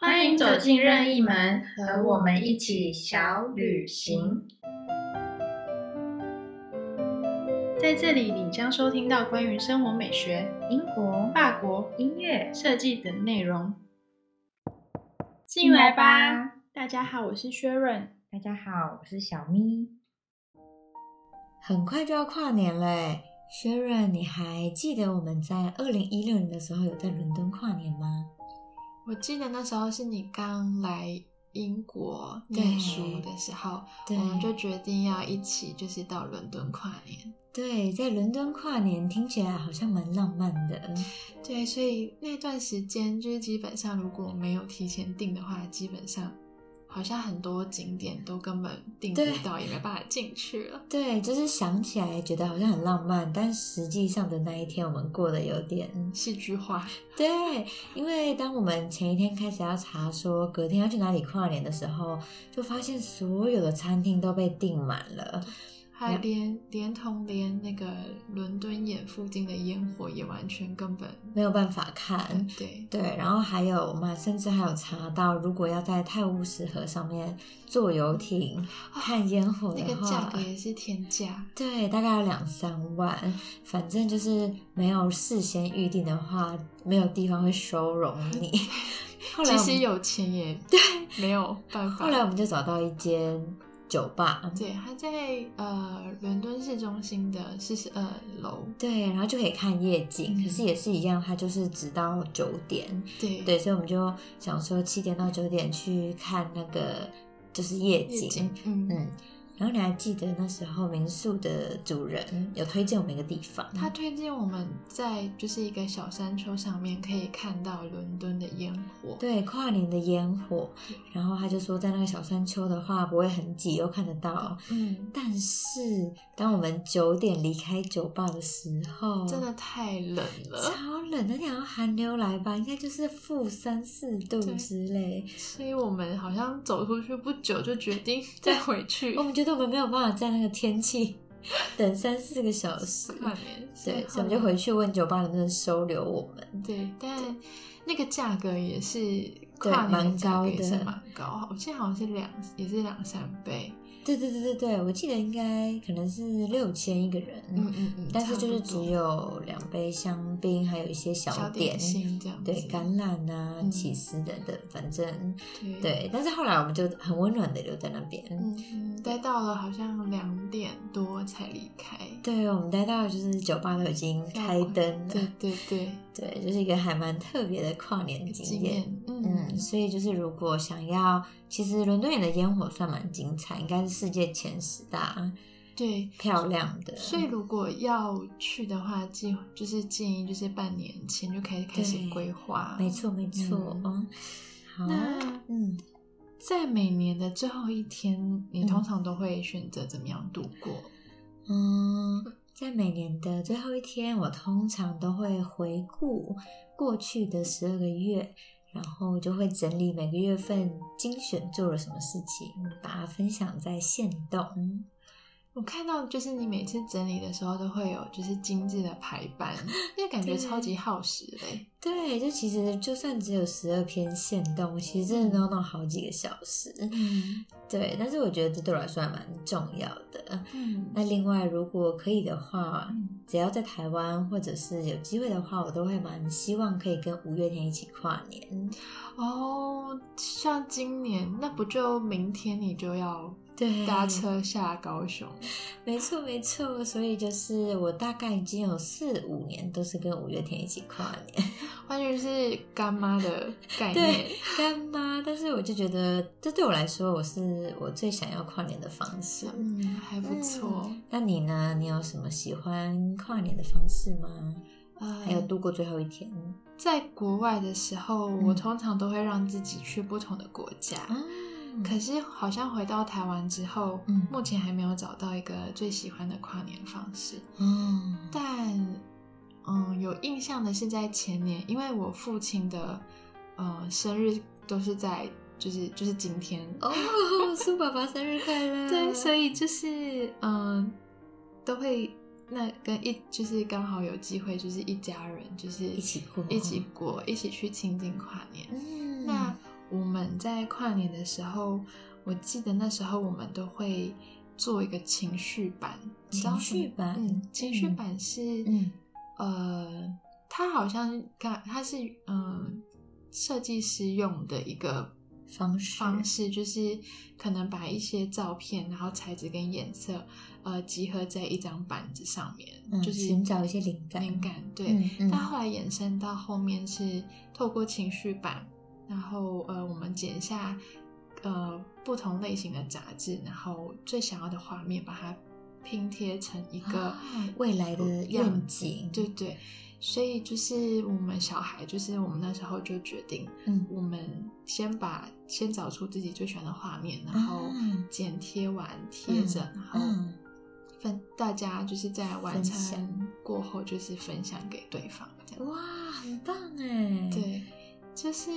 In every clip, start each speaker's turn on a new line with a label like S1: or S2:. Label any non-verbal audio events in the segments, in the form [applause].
S1: 欢迎走进任意门，和我们一起小旅行。
S2: 在这里，你将收听到关于生活美学、
S1: 英国
S2: 法国
S1: 音乐，
S2: 设计等内容。
S1: 进
S2: 进来
S1: 来吧
S2: 吧，大家好，我是薛润。
S1: 大家好，我是小咪。
S3: 很快就要跨年嘞，薛润，你还记得我们在二零一六年的时候有在伦敦跨年吗？
S4: 我记得那时候是你刚来英国
S3: 对
S4: 念书的时候，我
S3: 对，
S4: 们嗯就决定要一起就是到伦敦跨年。
S3: 对，在伦敦跨年听起来好像蛮浪漫的。
S4: 对，所以那段时间就是基本上如果没有提前订的话，基本上好像很多景点都根本订不
S3: 对
S4: 到，也没办法进去了。
S3: 对，就是想起来觉得好像很浪漫，但实际上的那一天我们过得有点
S4: 戏剧化，
S3: 对，因为当我们前一天开始要查说隔天要去哪里跨年的时候，就发现所有的餐厅都被订满了。
S4: 还
S3: 嗯
S4: 连连同连那个伦敦眼附近的烟火也完全根本
S3: 没有办法看，
S4: 对
S3: [laughs] 对，然后还有我们甚至还有查到，如果要在泰晤士河上面坐游艇看烟火
S4: 啊那
S3: 的
S4: 个价
S3: 话，
S4: 格也是天价。
S3: 对，大概要两三万。反正就是没有事先预定的话，没有地方会收容你。
S4: [laughs]
S3: 后来
S4: 即
S3: 我
S4: 使
S3: 们
S4: 有钱
S3: [laughs]
S4: 也对没有办法。
S3: 后来我们就找到一间酒吧，
S4: 对他在呃伦敦市中心的四十二楼，
S3: 对，然后就可以看夜景，
S4: 嗯
S3: 可是也是一样，它就是直到九点。
S4: 对
S3: 对，所以我们就想说七点到九点去看那个就是夜
S4: 夜
S3: 景。
S4: 景，嗯，
S3: 嗯，然后你还记得那时候民宿的主人有推荐我们一个地方，
S4: 嗯他推荐我们在就是一个小山丘上面可以看到伦敦的烟火，
S3: 对跨年的烟火，然后他就说在那个小山丘的话不会很挤，又看得到。
S4: 嗯，
S3: 但是当我们九点离开酒吧的时候，
S4: 真的太冷了，
S3: 超冷的，那天好像寒流来吧，应该就是负三四度
S4: 对
S3: 之类。
S4: 所以我们好像走出去不久就决
S3: [laughs]
S4: 定再回去
S3: 我们觉得我们没有办法在那个
S4: [laughs]
S3: 天气等三四个小时。
S4: 跨年，
S3: 对，
S4: 后
S3: 所以我们就
S4: 来
S3: 回去问酒吧能不能收留我们。
S4: 对，但那个价格也是跨年
S3: 蛮
S4: 的价
S3: 高
S4: 格也是
S3: 的
S4: 蛮高，我记得好像是两也是两三倍，
S3: 对对对对对，我记得应该可能是六千一个人，
S4: 嗯嗯嗯，
S3: 但是
S4: 差
S3: 就
S4: 不
S3: 是
S4: 多
S3: 只有两杯香槟，还有一些
S4: 小
S3: 点
S4: 点心这样子，
S3: 对，橄榄啊、
S4: 嗯
S3: 起司等等，反正
S4: 对
S3: 对。但是后来我们就很温暖的留在那边，
S4: 嗯嗯，待到了好像两点多才离开，
S3: 对我们待到就是酒吧都已经开灯
S4: 对
S3: 了，
S4: 对对，
S3: 对，就是一个还蛮特别的跨年经
S4: 经
S3: 验。
S4: 验，嗯
S3: 嗯，，所以就是如果想要，其实伦敦眼的烟火算蛮精彩，应该是世界前十大
S4: 对。
S3: 漂亮的。
S4: 所以如果要去的话，建就是建议就是半年前就可以开始
S3: 对
S4: 规划，
S3: 没。错没错，嗯，好，
S4: 那
S3: 嗯。
S4: 在每年的最后一天，你
S3: 嗯
S4: 通常都会选择怎么样度
S3: [laughs]
S4: 过？
S3: 嗯，在每年的最后一天，我通常都会回顾过去的十二个月，然后就会整理每个月份精选做了什么事情，把它分享在线动。
S4: 我看到就是你每次整理的时候都会有就是精致的排版，那感觉
S3: 对
S4: 超级耗时嘞。
S3: 对，就其实就算只有十二篇线动，其实真的都要弄好几个小时。 [laughs]
S4: 嗯
S3: 对，但是我觉得这对我来说还蛮重要的。
S4: 嗯
S3: 那另外，如果可以的话，
S4: 嗯
S3: 只要在台湾或者是有机会的话，我都会蛮希望可以跟五月天一起跨年。
S4: 哦，像今年那不就明天你就要
S3: 对，
S4: 搭，车下高雄？
S3: 没错没错。所以就是我大概已经有四五年都是跟五月天一起跨年， [laughs]
S4: 完全是干妈的概念
S3: 对。干妈。但是我就觉得这对我来说，我是我最想要跨年的方式。
S4: 嗯，还不错。
S3: 那你呢？你有什么喜欢跨年的方式吗？
S4: 呃
S3: 嗯还有度过最后一天
S4: 在国外的时候，我
S3: 嗯
S4: 通常都会让自己去不同的国家。
S3: 啊？
S4: 可是好像回到台湾之后，
S3: 嗯
S4: 目前还没有找到一个最喜欢的跨年方式。
S3: 哦，
S4: 嗯但嗯，有印象的是在前年，因为我父亲的呃生日都是在就是就是今天，
S3: 哦，苏爸爸生日快
S1: 嗯
S4: [laughs]
S3: 乐！
S4: 对，所以就是嗯，都会那跟一就是刚好有机会，就是一家人就是
S3: 一起过
S4: 一起过一起去亲近跨年。
S3: 嗯，
S4: 那我们们在跨年的时候，我记得那时候我们都会做一个情绪版，你知道
S1: 情绪版
S4: 什么嗯，情绪
S1: 嗯
S4: 版是，
S1: 嗯
S4: 呃，它好像它它是嗯、呃设计师用的一个
S1: 方式嗯
S4: 方式，就是可能把一些照片，然后材质跟颜色，呃，集合在一张板子上面，
S1: 嗯
S4: 就是
S1: 寻找一些灵感
S4: 灵感对，
S1: 嗯嗯
S4: 但后来延伸到后面是透过情绪版，然后呃，我们剪下呃不同类型的杂志，然后最想要的画面把它拼贴成一个
S1: 啊未来的
S4: 样
S1: 愿
S4: 子
S1: 景
S4: 对对。所以就是我们小孩，就是我们那时候就决定，
S1: 嗯
S4: 我们先把先找出自己最喜欢的画面，然后
S1: 啊
S4: 剪贴完贴着，
S1: 嗯
S4: 然后
S1: 嗯
S4: 分大家就是在完
S1: 分
S4: 成
S1: 享
S4: 过后就是分享给对方这样。
S1: 哇，很棒哎！，
S4: 哦对，就是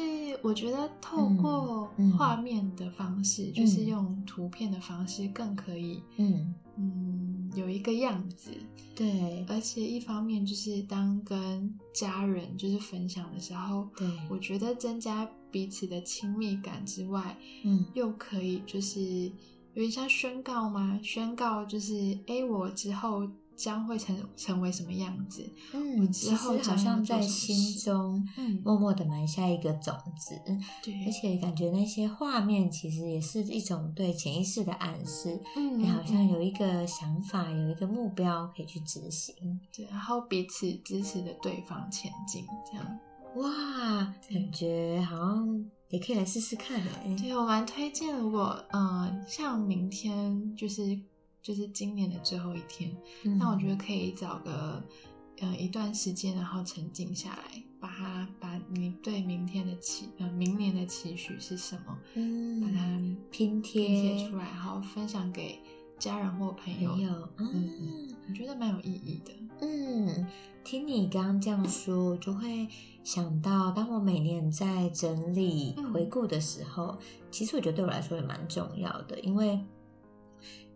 S4: 我觉得透过
S1: 嗯嗯
S4: 画面的方式，就是用图片的方式，更可以
S1: 嗯，
S4: 嗯有一个样子。
S1: 对
S4: 而且一方面就是当跟家人就是分享的时候，
S1: 对，
S4: 我觉得增加彼此的亲密感之外，
S1: 嗯
S4: 又可以就是有点像宣告吗？宣告就是哎，诶我之后将会成成为什么样子？我
S1: 嗯，
S4: 之
S1: 其实
S4: 后
S1: 好
S4: 将要
S1: 像
S4: 做
S1: 在
S4: 什么
S1: 心
S4: 事
S1: 中
S4: 嗯
S1: 默默的埋下一个种子，
S4: 对
S1: 而，且感觉那些画面其实也是一种对潜意识的暗示，
S4: 嗯
S1: 你好像
S4: 有。
S1: 有一个想法，有一个目标可以去执行。
S4: 嗯对，然后彼此支持着对方前进，这样。
S1: 哇，感
S4: 嗯
S1: 觉好像也可以来试试看哎。
S4: 对我蛮推荐，如果呃，像明天就是就是今年的最后一天，
S1: 嗯
S4: 那我觉得可以找个呃一段时间，然后沉静下来，把它把你对明天的期呃明年的期许是什么，把它
S1: 嗯，拼贴
S4: 拼贴出来，然后分享给家人或朋友，
S1: 朋友，嗯
S4: 嗯我觉得蛮有意义的。
S1: 嗯，听你刚刚这样说，我就会想到，当我每年在整理
S4: 嗯
S1: 回顾的时候，其实我觉得对我来说也蛮重要的，因为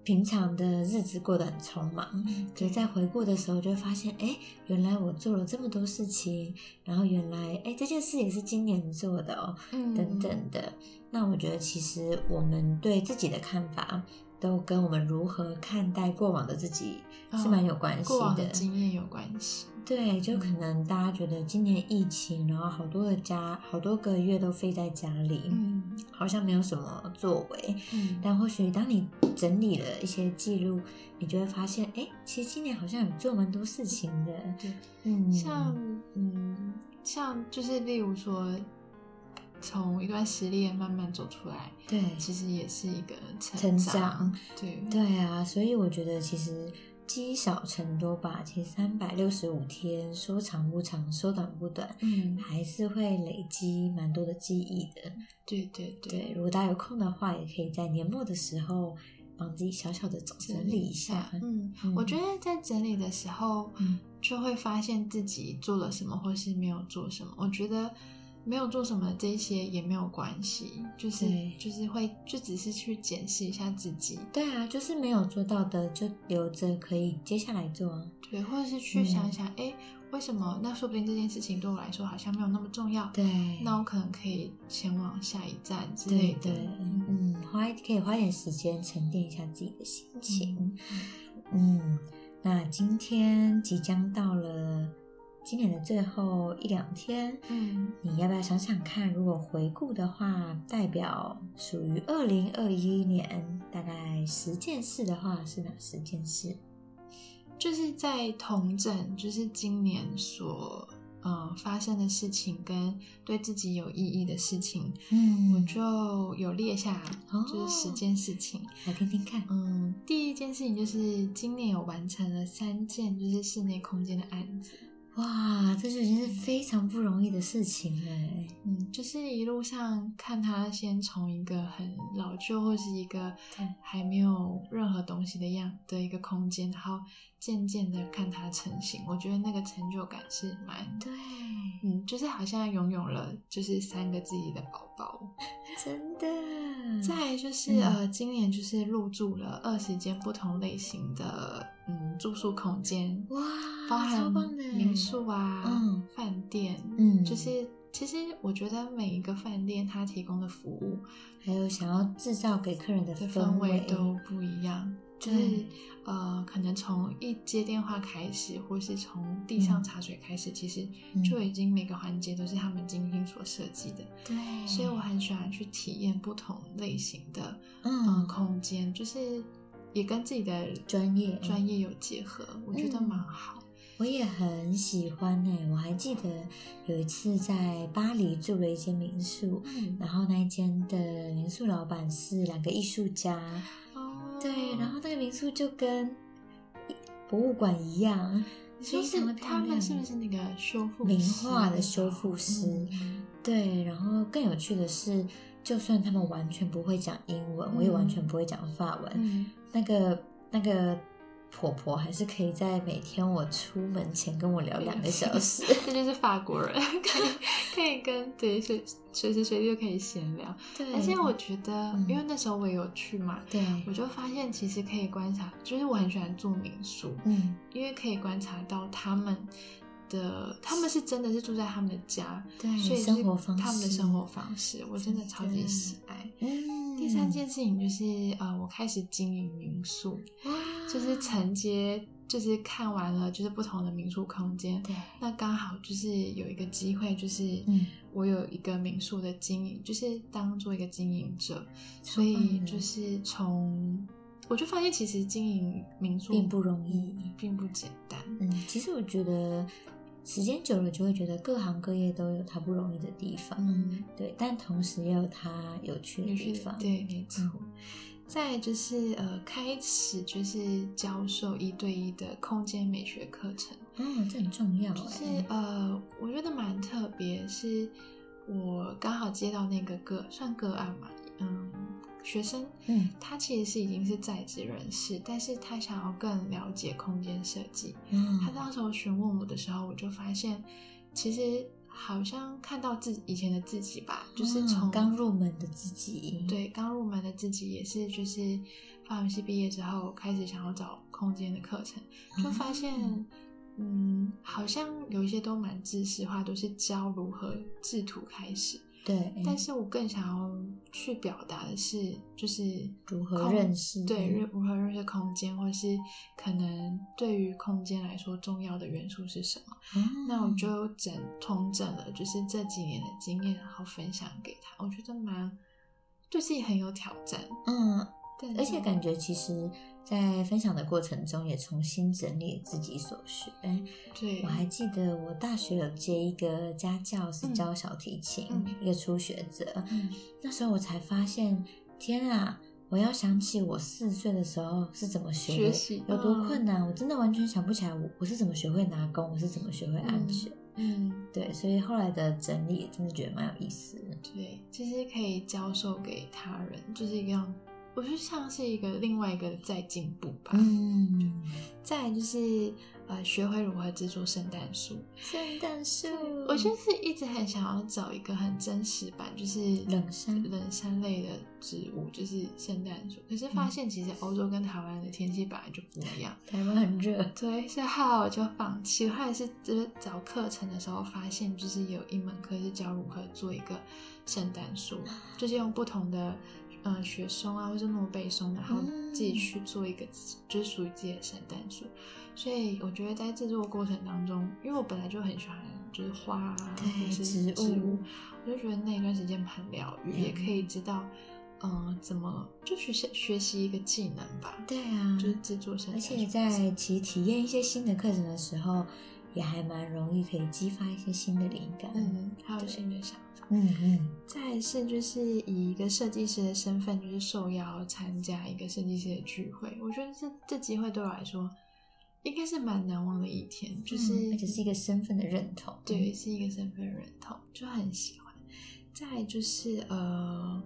S1: 平常的日子过得很匆忙，可是在回顾的时候就会发现，哎，原来我做了这么多事情，然后原来，哎，这件事也是今年做的哦，
S4: [laughs] 嗯
S1: 等等的。那我觉得，其实我们对自己的看法，都跟我们如何看待过往的自己是蛮有关系
S4: 嗯哦过往
S1: 的。
S4: 的嗯经验有关系。
S1: 对，就可能大家觉得今年疫情，然后好多的家，好多个月都废在家里，
S4: 嗯
S1: 好像没有什么作为。
S4: 嗯，
S1: 但或许当你整理了一些记录，你就会发现，哎，其实今年好像有做蛮多事情的。
S4: 对，
S1: 嗯，
S4: 像嗯，像就是例如说，从一段失恋慢慢走出来，
S1: 对，
S4: 其实也是一个成
S1: 成
S4: 长。
S1: 长
S4: 对
S1: 对啊，所以我觉得其实积少成多吧。其实三百六十五天，说长不长，说短不短，
S4: 嗯，
S1: 还是会累积蛮多的记忆的。
S4: 对对对，
S1: 对，如果大家有空的话，也可以在年末的时候帮自己小小的整整理一下。
S4: 嗯，
S1: 嗯
S4: 我觉得在整理的时候，
S1: 嗯
S4: 就会发现自己做了什么，或是没有做什么。我觉得。没有做什么这些也没有关系，就是
S1: 对
S4: 就是会就只是去检视一下自己，
S1: 对啊，就是没有做到的就留着，可以接下来做啊。
S4: 对，或者是去
S1: 嗯
S4: 想想，哎、为什么？那说不定这件事情对我来说好像没有那么重要，
S1: 对，
S4: 那我可能可以前往下一站之类
S1: 对
S4: 的。
S1: 对，
S4: 嗯
S1: 嗯，花一可以花点时间沉淀一下自己的心情。嗯，那今天即将到了今年的最后一两天，
S4: 嗯，
S1: 你要不要想想看，如果回顾的话，代表属于二零二一年大概十件事的话，是哪十件事？
S4: 就是在同整，就是今年所呃发生的事情跟对自己有意义的事情，
S1: 嗯
S4: 我就有列下，
S1: 哦
S4: 就是十件事情。
S1: 来听听看。
S4: 嗯，第一件事情就是今年有完成了三件，就是室内空间的案子。
S1: 哇，这就已经是非常不容易的事情欸了。
S4: 嗯，就是一路上看他先从一个很老旧或是一个
S1: 对
S4: 还没有任何东西的样的一个空间，然后渐渐的看它成型，我觉得那个成就感是蛮，
S1: 对，
S4: 嗯，就是好像拥有了就是三个自己的宝宝。
S1: 真的。
S4: 再来就是、
S1: 嗯
S4: 呃，今年就是入住了二十间不同类型的嗯住宿空间，
S1: 哇，
S4: 包含
S1: 超棒的欸
S4: 民宿啊、
S1: 嗯
S4: 饭店，
S1: 嗯
S4: 就是其实我觉得每一个饭店它提供的服务
S1: 还有想要制造给客人的
S4: 的
S1: 氛
S4: 围
S1: 围，
S4: 都不一样，就是
S1: 对
S4: 呃，可能从一接电话开始，或是从地上
S1: 嗯
S4: 茶水开始，其实
S1: 嗯
S4: 就已经每个环节都是他们精心所设计的。
S1: 对，
S4: 所以我很喜欢去体验不同类型的嗯
S1: 嗯
S4: 空间，就是也跟自己的
S1: 专业
S4: 专业有结合，我觉得
S1: 嗯
S4: 蛮好。
S1: 我也很喜欢呢、我还记得有一次在巴黎住了一间民宿，
S4: 嗯，
S1: 然后那一间的民宿老板是两个艺术家，
S4: 哦
S1: 对，然后那个民宿就跟博物馆一样，
S4: 你说
S1: 非
S4: 是
S1: 常的漂
S4: 他们
S1: 亮
S4: 是不是那个修复
S1: 名
S4: 师
S1: 画
S4: 那
S1: 的修
S4: 种
S1: 复师
S4: 嗯
S1: [laughs] 对，然后更有趣的是，就算他们完全不会讲英文，我也完全不会讲法文，
S4: 嗯，
S1: 那个那个婆婆还是可以在每天我出门前跟我聊两个小时。
S4: 这就是法国人，可以可以跟对随随时随地都可以闲聊。
S1: 对
S4: 而且我觉得，
S1: 嗯
S4: 因为那时候我也有去嘛，
S1: 对，
S4: 我就发现其实可以观察，就是我很喜欢住民宿，
S1: 嗯，
S4: 因为可以观察到他们的，他们是真的是住在他们的家，
S1: 对，
S4: 所以就是
S1: 生活方式，
S4: 他们的生活方式，我真的超级
S1: 真的
S4: 喜爱。
S1: 嗯，
S4: 第三件事情就是，呃，我开始经营民宿，
S1: 哇，
S4: 就是承接，就是看完了就是不同的民宿空间，
S1: 对，
S4: 那刚好就是有一个机会，就是
S1: 嗯
S4: 我有一个民宿的经营，就是当做一个经营者，
S1: 超
S4: 所
S1: 棒的
S4: 以就是从我就发现其实经营民宿
S1: 并不容易
S4: 嗯并不简单。
S1: 嗯，其实我觉得时间久了就会觉得各行各业都有它不容易的地方，
S4: 嗯，
S1: 对，但同时也有它有趣的
S4: 有趣
S1: 地
S4: 的
S1: 方，，
S4: 对，没错。
S1: 嗯
S4: 再来就是呃，开始就是教授一对一的空间美学课程，
S1: 哦，这很重要，
S4: 就是
S1: 哎
S4: 呃，我觉得蛮特别，是我刚好接到那个个算个案嘛，嗯，学生，
S1: 嗯，
S4: 他其实是已经是在职人士，但是他想要更了解空间设计。
S1: 嗯
S4: 他那时候询问我的时候，我就发现，其实好像看到自己以前的自己吧，就是
S1: 嗯
S4: 从
S1: 刚入门的自己，，
S4: 对，刚入门的自己也是，就是法文系毕业之后开始想要找空间的课程，就发现，嗯，好像有一些都蛮知识化，都是教如何制图开始。
S1: 对，
S4: 但是我更想要去表达的是，就是
S1: 如何
S4: 空
S1: 认识
S4: 对，
S1: 嗯
S4: 认如何认识空间，或是可能对于空间来说重要的元素是什么。
S1: 哦
S4: 那我就整通整了，就是这几年的经验，然后分享给他，我觉得蛮对自己很有挑战，
S1: 嗯，
S4: 但
S1: 而
S4: 是
S1: 且感觉其实，在分享的过程中，也重新整理自己所学。哎
S4: 对
S1: 我还记得我大学有接一个家教，是
S4: 嗯
S1: 教小提琴，
S4: 嗯
S1: 一个初学者。
S4: 嗯
S1: 那时候我才发现，天啊！我要想起我四岁的时候是怎么学
S4: 学
S1: 的，
S4: 习
S1: 有多
S4: 嗯
S1: 困难，我真的完全想不起来我我是怎么学会拿弓，我是怎么学会按
S4: 嗯
S1: 弦。
S4: 嗯，
S1: 对，所以后来的整理真的觉得蛮有意思的。
S4: 对，其实可以教授给他人，就是一样，我觉得像是一个另外一个在进步吧。
S1: 嗯，
S4: 再来就是呃，学会如何制作圣诞树，
S1: [laughs] 圣诞树，
S4: 我就是一直很想要找一个很真实版，就是
S1: 冷杉
S4: 冷杉类的植物，就是圣诞树。可是
S1: 嗯
S4: 发现其实欧洲跟台湾的天气本来就不一样，
S1: 台湾很热。
S4: 对，所以后来我就放弃。后来是就是找课程的时候发现，就是有一门课是教如何做一个圣诞树，就是用不同的呃雪松啊，或是诺贝松，然后
S1: 嗯
S4: 自己去做一个、就是属于自己的圣诞树。所以我觉得在制作过程当中，因为我本来就很喜欢就是花啊，
S1: 对
S4: 或是
S1: 植
S4: 植
S1: 物
S4: 我就觉得那段时间很疗愈，
S1: 嗯
S4: 也可以知道。嗯，怎么就学习学习一个技能吧？
S1: 对啊，
S4: 就是制作圣
S1: 而
S4: 诞树。
S1: 且在其实体验一些新的课程的时候，也还蛮容易可以激发一些新的灵感。
S4: 嗯，还有
S1: 对
S4: 新的想法。
S1: 嗯嗯，
S4: 再来是就是以一个设计师的身份，就是受邀参加一个设计师的聚会，我觉得这这机会对我来说应该是蛮难忘的一天，就是、
S1: 嗯而且是一个身份的认同。
S4: 对，是一个身份认同，就很喜欢。再来就是呃，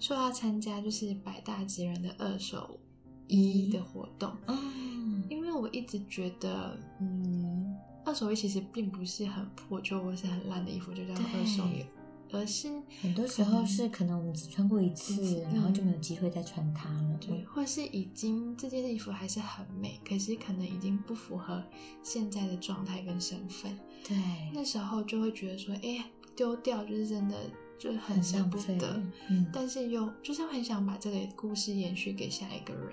S4: 说要参加就是百大吉人的二手衣的活动，
S1: 嗯，
S4: 因为我一直觉得，嗯，二手衣其实并不是很破旧或是很烂的衣服就叫
S1: 对
S4: 二手衣，而是
S1: 很多时
S4: 可
S1: 候
S4: 能
S1: 是可能我们只穿过一次，
S4: 嗯
S1: 然后就没有机会再穿它了。
S4: 对，或是已经这件衣服还是很美，可是可能已经不符合现在的状态跟身份。
S1: 对，
S4: 那时候就会觉得说，哎、丢掉，就是真的就是很舍
S1: 浪
S4: 不
S1: 费
S4: 得。，
S1: 嗯，
S4: 但是又就是很想把这个故事延续给下一个人，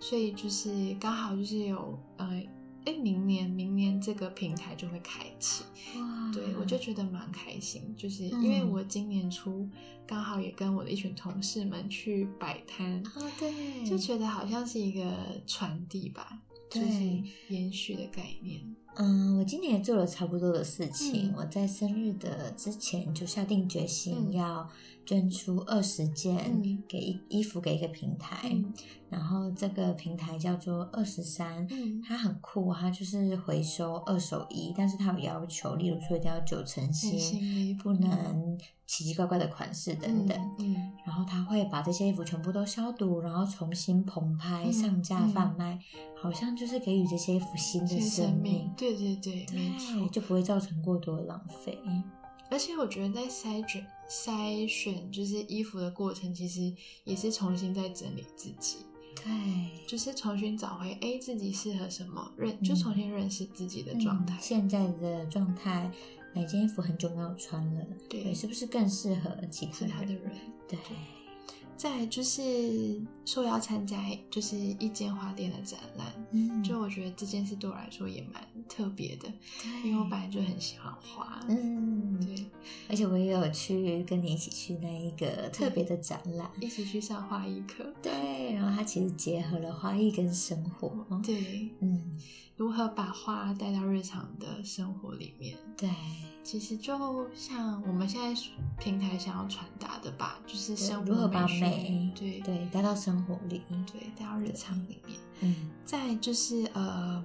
S4: 所以就是刚好就是有呃，哎，明年明年这个平台就会开启，
S1: 哇
S4: 对我就觉得蛮开心，就是因为
S1: 嗯
S4: 我今年初刚好也跟我的一群同事们去摆摊，
S1: 哦对，
S4: 就觉得好像是一个传递吧，就是
S1: 对
S4: 延续的概念，
S1: 嗯，我今年也做了差不多的事情。
S4: 嗯
S1: 我在生日的之前就下定决心
S4: 嗯
S1: 要捐出二十件
S4: 嗯
S1: 给一衣服给一个平台，
S4: 嗯
S1: 然后这个平台叫做二十三。
S4: 嗯
S1: 它很酷，它就是回收二手衣，但是它有要求，例如说一定要九成
S4: 很
S1: 新，
S4: 心
S1: 不能奇奇怪怪的款式等等。
S4: 嗯嗯
S1: 然后他会把这些衣服全部都消毒，然后重新棚拍、
S4: 嗯
S1: 上架
S4: 嗯
S1: 贩卖，好像就是给予这些衣服新的
S4: 新
S1: 生
S4: 生命，对对对，没
S1: 对，
S4: 错，
S1: 就不会造成过多的浪费。
S4: 而且我觉得在筛选筛选就是衣服的过程，其实也是重新在整理自己，
S1: 对，
S4: 就是重新找回哎自己适合什么，认
S1: 嗯
S4: 就重新认识自己的状态
S1: 嗯。现在的状态，哪件衣服很久没有穿了？对，
S4: 对，
S1: 是
S4: 是
S1: 不是更适合其他
S4: 他
S1: 人？
S4: 的人。
S1: 对，
S4: 再来就是说要参加就是一间花店的展览，
S1: 嗯
S4: 就我觉得这件事对我来说也蛮特别的，
S1: 对
S4: 因为我本来就很喜欢花。
S1: 嗯，
S4: 对，
S1: 而且我也有去跟你一起去那一个特别的展览，
S4: 一起去上花艺课。
S1: 对，然后它其实结合了花艺跟生活，
S4: 对，
S1: 嗯，
S4: 如何把花带到日常的生活里面？
S1: 对，
S4: 其实就像我们现在平台想要传达的吧，就是生活
S1: 如何把
S4: 学
S1: 美
S4: 对
S1: 对带到生活里，
S4: 对带到日常里面。
S1: 嗯，
S4: 再就是呃，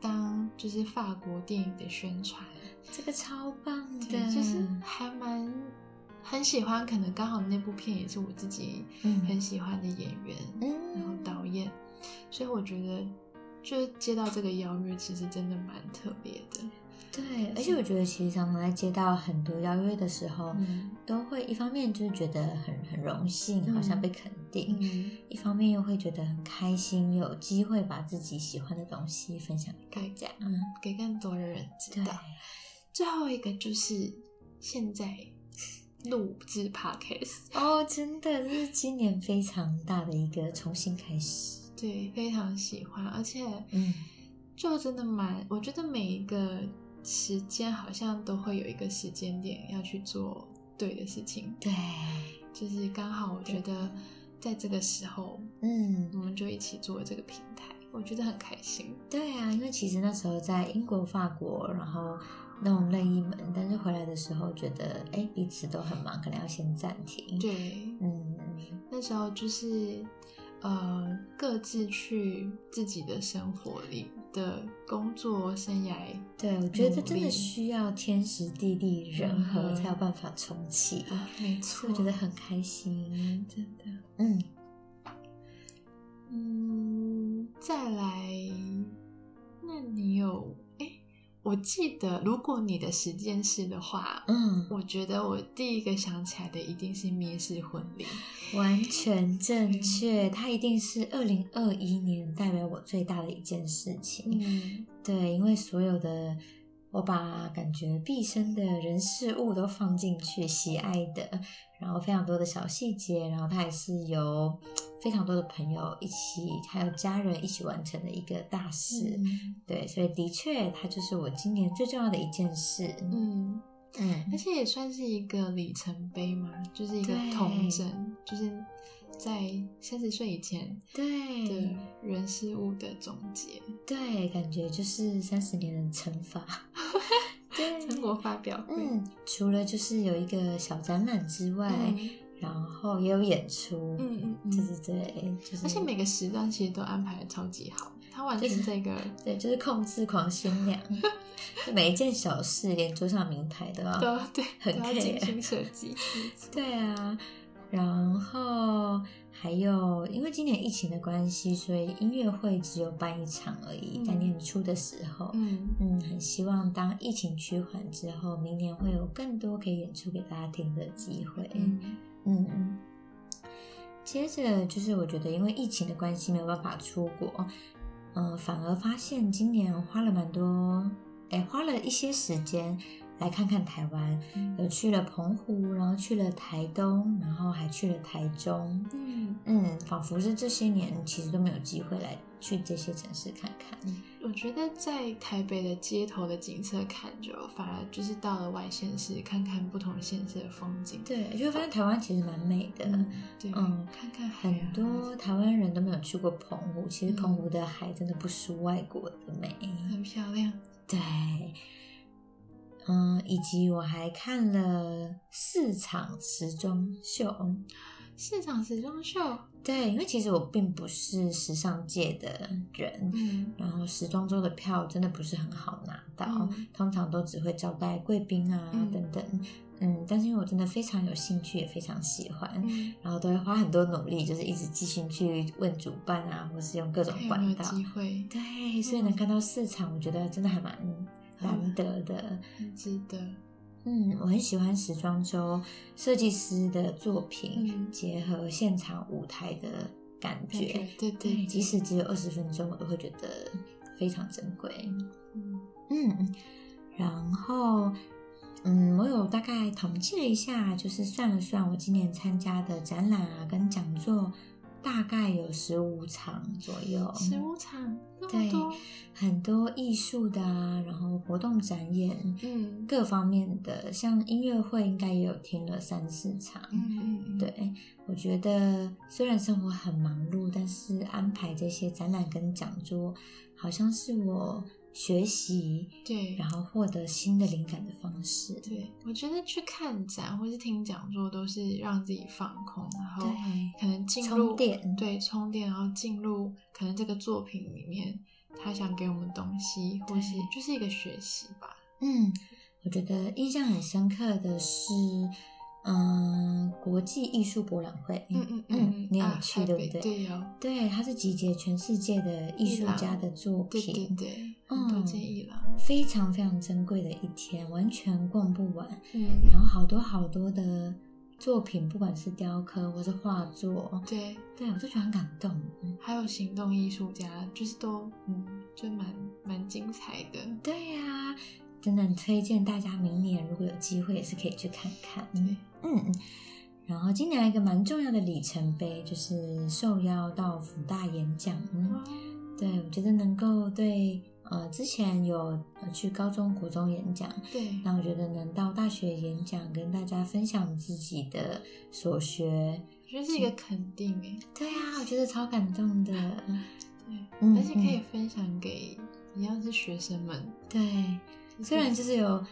S4: 当就是法国电影的宣传，
S1: 这个超棒
S4: 对
S1: 的，，
S4: 就是还蛮很喜欢，可能刚好那部片也是我自己
S1: 嗯
S4: 很喜欢的演员，
S1: 嗯
S4: 然后导演，所以我觉得就接到这个邀约，其实真的蛮特别的。
S1: 对，而且我觉得其实常常在接到很多邀约的时候，
S4: 嗯
S1: 都会一方面就是觉得很很荣幸，
S4: 嗯
S1: 好像被肯定；
S4: 嗯。
S1: 一方面又会觉得很开心，有机会把自己喜欢的东西分享给大家。嗯，
S4: 给更多的人知
S1: 对，
S4: 道。最后一个就是现在录制 podcast，
S1: 哦，真的这是今年非常大的一个重新开始。
S4: 对，非常喜欢，而且
S1: 嗯
S4: 就真的蛮，我觉得每一个时间好像都会有一个时间点要去做对的事情，
S1: 对，
S4: 就是刚好我觉得在这个时候，
S1: 嗯，
S4: 我们就一起做这个平台，我觉得很开心。
S1: 对啊，因为其实那时候在英国、法国，然后弄任意门，但是回来的时候觉得，哎，彼此都很忙，可能要先暂停。，
S4: 对，
S1: 嗯，
S4: 那时候就是呃各自去自己的生活里的工作生涯，
S1: 对，我觉得这
S4: 努
S1: 真的
S4: 力
S1: 需要天时地利人和
S4: 嗯
S1: 才有办法重启，
S4: 啊，没
S1: 所
S4: 错，
S1: 以我觉得很开心。
S4: 真的，
S1: 嗯，
S4: 嗯，再来，那你有哎，我记得如果你的时间是的话。
S1: 嗯，
S4: 我觉得我第一个想起来的一定是灭世婚礼，
S1: 完全正确，它一定是二零二一年代表我最大的一件事情。
S4: 嗯，
S1: 对，因为所有的我把感觉毕生的人事物都放进去，喜爱的，然后非常多的小细节，然后它也是由非常多的朋友一起，还有家人一起完成的一个大事。对，所以的确，它就是我今年最重要的一件事。
S4: 嗯，而
S1: 嗯，
S4: 且也算是一个里程碑嘛，就是一个
S1: 对
S4: 童真，就是在三十岁以前
S1: 对
S4: 的人事物的总结，
S1: 对，感觉就是三十年的惩
S4: [laughs]
S1: 罚。对，
S4: 成果发表会。
S1: 嗯，除了就是有一个小展览之外，然后也有演出。
S4: 嗯嗯嗯
S1: 对对对，就是
S4: 而且每个时段其实都安排的超级好，它完全这个
S1: 对，就是控制狂新
S4: [laughs]
S1: 娘，就每一件小事，连桌上名牌都要。
S4: 都对
S1: 啊 [laughs] 很
S4: 都要精
S1: care
S4: 心设计，没错
S1: 对啊，然后还有，因为今年疫情的关系，所以音乐会只有办一场而已，
S4: 嗯
S1: 在年初的时候。
S4: 嗯，
S1: [laughs] 嗯，很希望当疫情趋缓之后，明年会有更多可以演出给大家听的机会。
S4: 嗯
S1: 嗯嗯。接着就是我觉得，因为疫情的关系，没有办法出国，呃嗯、反而发现今年花了蛮多，哎，花了一些时间来看看台湾，有去了澎湖，然后去了台东，然后还去了台中，
S4: 嗯，
S1: 嗯，仿佛是这些年其实都没有机会来去这些城市看看。
S4: 我觉得在台北的街头的景色看着，反而就是到了外县市看看不同县市的风景。
S1: 对，就会发现台湾其实蛮美的。
S4: 嗯，对，
S1: 嗯
S4: 看看海啊
S1: 很多台湾人都没有去过澎湖，其实
S4: 嗯
S1: 澎湖的海真的不输外国的美。
S4: 很漂亮。
S1: 对，嗯，以及我还看了四场时装秀。
S4: 市场时装秀，
S1: 对，因为其实我并不是时尚界的人，
S4: 嗯，
S1: 然后时装周的票真的不是很好拿到，
S4: 嗯
S1: 通常都只会招待贵宾啊、
S4: 嗯
S1: 等等。嗯，但是因为我真的非常有兴趣，也非常喜欢，
S4: 嗯
S1: 然后都会花很多努力，就是一直继续去问主办啊，或是用各种
S4: 看有没
S1: 管
S4: 有
S1: 道。
S4: 机会，
S1: 对，所以能看到市场，我觉得真的还蛮难得的。
S4: 很值得。
S1: 嗯，我很喜欢时装周设计师的作品，
S4: 嗯
S1: 结合现场舞台的感
S4: 感
S1: 觉。
S4: 觉对
S1: 对，
S4: 对，
S1: 即使只有二十分钟，我都会觉得非常珍贵。
S4: 嗯
S1: 嗯，然后，嗯，我有大概统计了一下，就是算了算，我今年参加的展览啊跟讲座，大概有十五场左右。
S4: 食物场那
S1: 对
S4: 么多，
S1: 很多艺术的啊，然后活动展演，
S4: 嗯
S1: 各方面的，像音乐会应该也有听了三四场。
S4: 嗯嗯嗯，
S1: 对，我觉得虽然生活很忙碌，但是安排这些展览跟讲座，好像是我学习，
S4: 对
S1: 然后获得新的灵感的方式。
S4: 对，我觉得去看展或是听讲座都是让自己放空，然后
S1: 对
S4: 可能进入
S1: 充电，
S4: 对充电，然后进入可能这个作品里面他想给我们的东西，或是
S1: 对
S4: 就是一个学习吧。
S1: 嗯，我觉得印象很深刻的是，嗯、国际艺术博览会，
S4: 嗯嗯
S1: 嗯
S4: 嗯，
S1: 你有
S4: 啊
S1: 去
S4: 台
S1: 对
S4: 北
S1: 不对？
S4: 对哦有，
S1: 对，它是集结全世界的艺术家的作
S4: 对
S1: 品，
S4: 对对，很多
S1: 嗯
S4: 建议啦。
S1: 非常非常珍贵的一天，完全逛不完。
S4: 嗯，
S1: 然后好多好多的作品，不管是雕刻或是画作，
S4: 对，
S1: 对我都觉得很感动。嗯
S4: 还有行动艺术家，就是都嗯，就蛮蛮精彩的。
S1: 对呀、真的很推荐大家明年如果有机会也是可以去看看。
S4: 对，
S1: 嗯，然后今年还有一个蛮重要的里程碑，就是受邀到福大演讲。嗯，对我觉得能够对呃之前有呃去高中国中演讲，
S4: 对，
S1: 那我觉得能到大学演讲跟大家分享自己的所学，
S4: 我觉得是一个肯定诶，
S1: 对啊，我觉得超感动的。
S4: 对，
S1: 嗯
S4: 而且可以分享给一样是学生们，
S1: 嗯对，虽然就是有，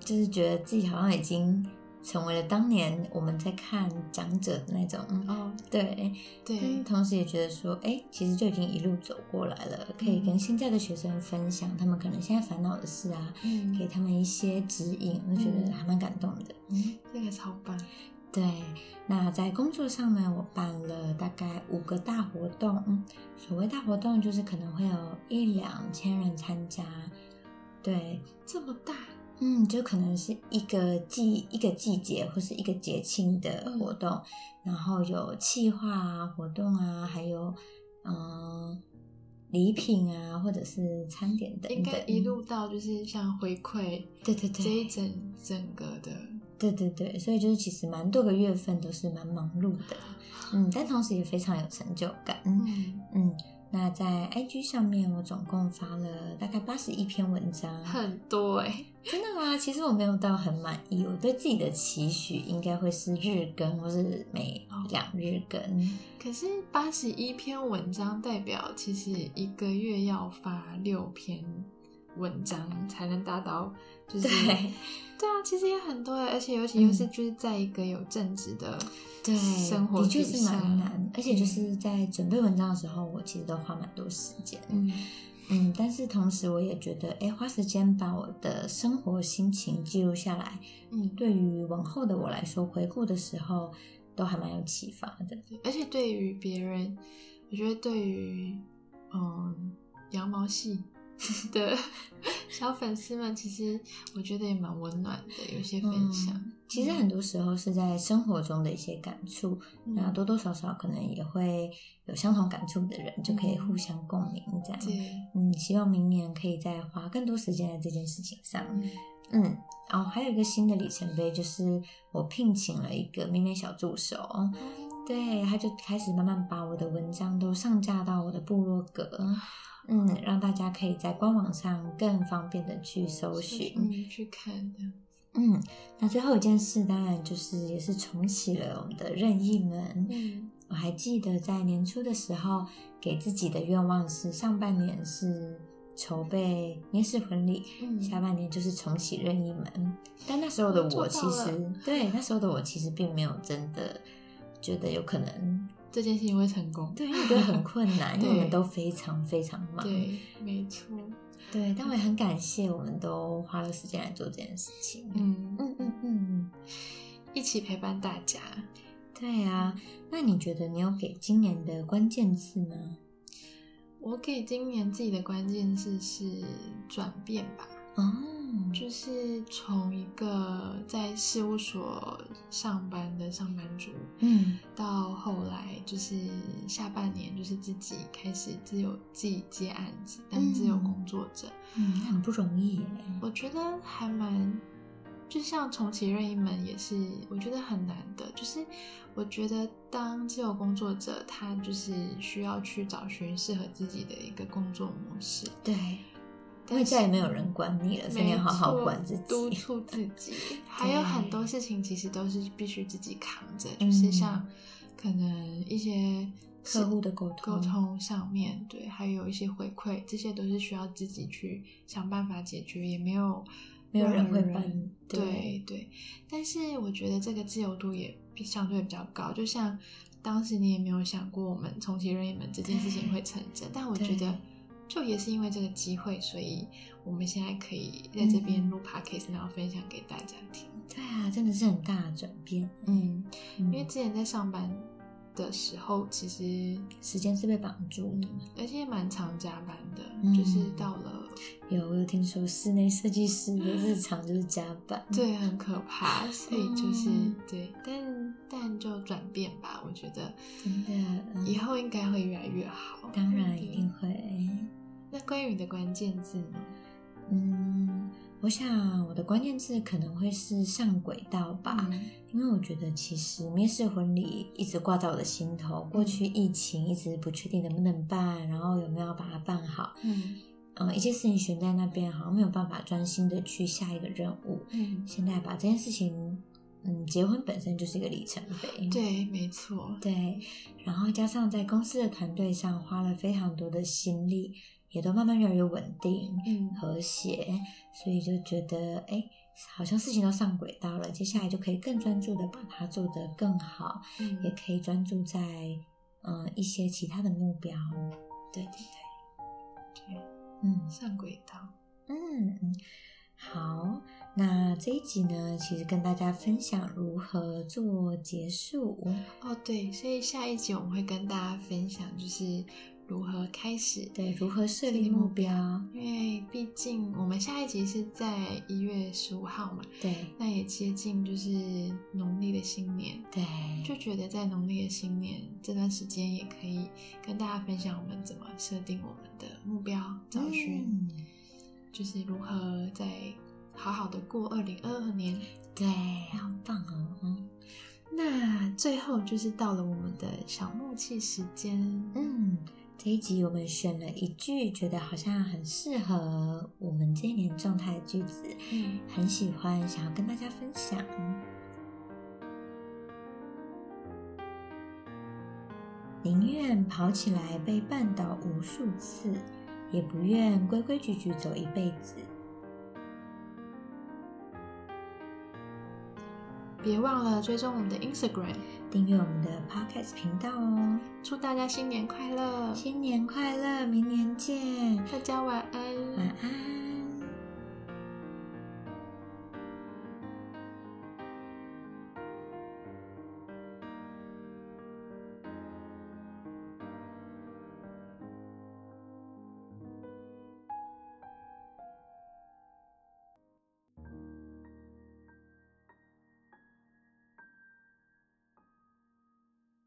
S1: 就是觉得自己好像已经成为了当年我们在看长者的那种，
S4: 哦，
S1: 对，但是
S4: 对，
S1: 同时也觉得说，哎，其实就已经一路走过来了，可以跟现在的学生分享他们可能现在烦恼的事啊，
S4: 嗯
S1: 给他们一些指引，我觉得还蛮感动的。嗯，
S4: 这个超棒，
S1: 对，那在工作上呢，我办了大概五个大活动。嗯所谓大活动，就是可能会有一两千人参加。对，
S4: 这么大，
S1: 嗯，就可能是一个季一个季节或是一个节庆的
S4: 嗯
S1: 活动，然后有企划啊、活动啊，还有嗯、呃礼品啊，或者是餐点等等。
S4: 应该一路到就是像回馈
S1: 对嗯对
S4: 这一
S1: 对
S4: 整整个的，
S1: 对对对，所以就是其实蛮多个月份都是蛮忙碌的，嗯，但同时也非常有成就感。
S4: 嗯，
S1: 嗯，那在 IG 上面，我总共发了大概八十一篇文章。
S4: 很多欸诶，
S1: 真的吗？其实我没有到很满意，我对自己的期许应该会是日更或是每两日更。
S4: 可是八十一篇文章代表其实一个月要发六篇文章才能达到，就是
S1: 对
S4: 对啊，其实也很多耶，而且尤其又是
S1: 嗯
S4: 就是在一个有正职的
S1: 对，
S4: 生活
S1: 的确
S4: 底
S1: 是
S4: 下
S1: 蛮难，而且就是在准备文章的时候，我其实都花蛮多时间。
S4: 嗯
S1: 嗯，但是同时我也觉得，哎，花时间把我的生活心情记录下来，
S4: 嗯对，
S1: 对于往后的我来说，回顾的时候都还蛮有启发的。
S4: 而且对于别人，我觉得对于嗯羊毛系 [laughs] 的小粉丝们，其实我觉得也蛮温暖的，有些
S1: 嗯
S4: 分享，
S1: 其实很多时候是在生活中的一些感触，
S4: 嗯
S1: 那多多少少可能也会有相同感触的人，就可以互相共鸣这样。
S4: 对，
S1: 嗯，希望明年可以再花更多时间在这件事情上。
S4: 嗯
S1: 嗯，哦，还有一个新的里程碑就是我聘请了一个妹妹小助手，对，她就开始慢慢把我的文章都上架到我的部落格，嗯，让大家可以在官网上更方便的去搜寻。
S4: 嗯，去看的。
S1: 嗯，那最后一件事当然就是也是重启了我们的任意门。
S4: 嗯
S1: 我还记得在年初的时候，给自己的愿望是上半年是筹备面试婚礼，
S4: 嗯
S1: 下半年就是重启任意门。但那时候的我
S4: 做
S1: 其
S4: 到了
S1: 实对那时候的我其实并没有真的觉得有可
S4: [laughs]
S1: 能，
S4: 这件事情会成功。
S1: 对，因为我觉得很困难，因为我们
S4: 对
S1: 都非常非常忙。
S4: 对，没错。
S1: 对，但我也很感谢我们都花了时间来做这件事情。
S4: 嗯，
S1: 嗯嗯嗯，
S4: 一起陪伴大家。
S1: 对啊。那你觉得你有给今年的关键字吗？
S4: 我给今年自己的关键字是转变吧，
S1: 哦，
S4: 就是从一个在事务所上班的上班族，
S1: 嗯
S4: 到后来就是下半年就是自己开始自由自己接案子，当自由工作者，
S1: 嗯，那很不容易耶。
S4: 我觉得还蛮，就像重启任意门也是，我觉得很难的。就是我觉得当自由工作者，他就是需要去找寻适合自己的一个工作模式。
S1: 对，因
S4: 但
S1: 为
S4: 是
S1: 再也没有人管你了，所以你要好好管自
S4: 没错督
S1: 己。
S4: 促自
S1: [laughs]
S4: 己。还有很多事情其实都是必须自己扛着，就是
S1: 嗯
S4: 像可能一些
S1: 客
S4: 是
S1: 户的沟
S4: 沟
S1: 通
S4: 通上面，对，还有一些回馈，这些都是需要自己去想办法解决，也没有
S1: 没有人
S4: 任何
S1: 会帮你对
S4: 对对。但是我觉得这个自由度也比相对比较高，就像当时你也没有想过我们重启任意门这件事情会成真，但我觉
S1: 对
S4: 得。就也是因为这个机会，所以我们现在可以在这边
S1: 嗯
S4: 录 podcast，、然后分享给大家听。
S1: 对啊，真的是很大的转变。
S4: 嗯，
S1: 因
S4: 因为之前在上班的时候，其实嗯
S1: 时间是被绑住的。
S4: 而且也蛮常加班的，
S1: 嗯
S4: 就是到了
S1: 有，我有听说室内设计师的日常就是加班。
S4: 对很可怕，所以就是、
S1: 嗯
S4: 对，但但就转变吧，我觉得
S1: 真的嗯
S4: 以后应该会越来越好。
S1: 当然
S4: 对
S1: 一定。会。
S4: 那关于你的关键字呢？
S1: 嗯，我想我的关键字可能会是上轨道吧，
S4: 嗯
S1: 因为我觉得其实面试婚礼一直挂在我的心
S4: 嗯
S1: 头。过去疫情一直不确定能不能办，然后有没有把它办好，
S4: 嗯
S1: 嗯，一些事情悬在那边，好像没有办法专心的去下一个任务。
S4: 嗯，
S1: 现在把这件事情，嗯，结婚本身就是一个里程碑。
S4: 对，没错，
S1: 对，然后加上在公司的团队上花了非常多的心力，也都慢慢越来越稳定、
S4: 嗯
S1: 和谐，所以就觉得哎，诶好像事情都上轨道了，接下来就可以更专注的把它做得更好，也
S4: 嗯，
S1: 可以专注在嗯、呃一些其他的目标。对对对，嗯
S4: 上轨道。
S1: 嗯嗯，好。那这一集呢，其实跟大家分享如何做结束。
S4: 哦，对，所以下一集我们会跟大家分享，就是如何开始
S1: 对，如何设立目标？
S4: 因为毕竟我们下一集是在一月十五号嘛，
S1: 对
S4: 那也接近就是农历的新年，
S1: 对，嗯
S4: 就觉得在农历的新年这段时间，也可以跟大家分享我们怎么设定我们的目标，找寻、
S1: 嗯
S4: 就是如何在好好的过二零二二年。
S1: 对，好棒哦！嗯
S4: 那最后就是到了我们的小默契时间，
S1: 嗯，这一集我们选了一句觉得好像很适合我们这一年状态的句子，
S4: 嗯
S1: 很喜欢，想要跟大家分享。宁愿跑起来被绊倒无数次，也不愿规规矩矩走一辈子。
S4: 别忘了追踪我们的 Instagram，
S1: 订阅我们的 Podcast 频道哦！
S4: 祝大家新年快乐，
S1: 新年快乐，明年见，
S4: 大家晚安，
S1: 晚安。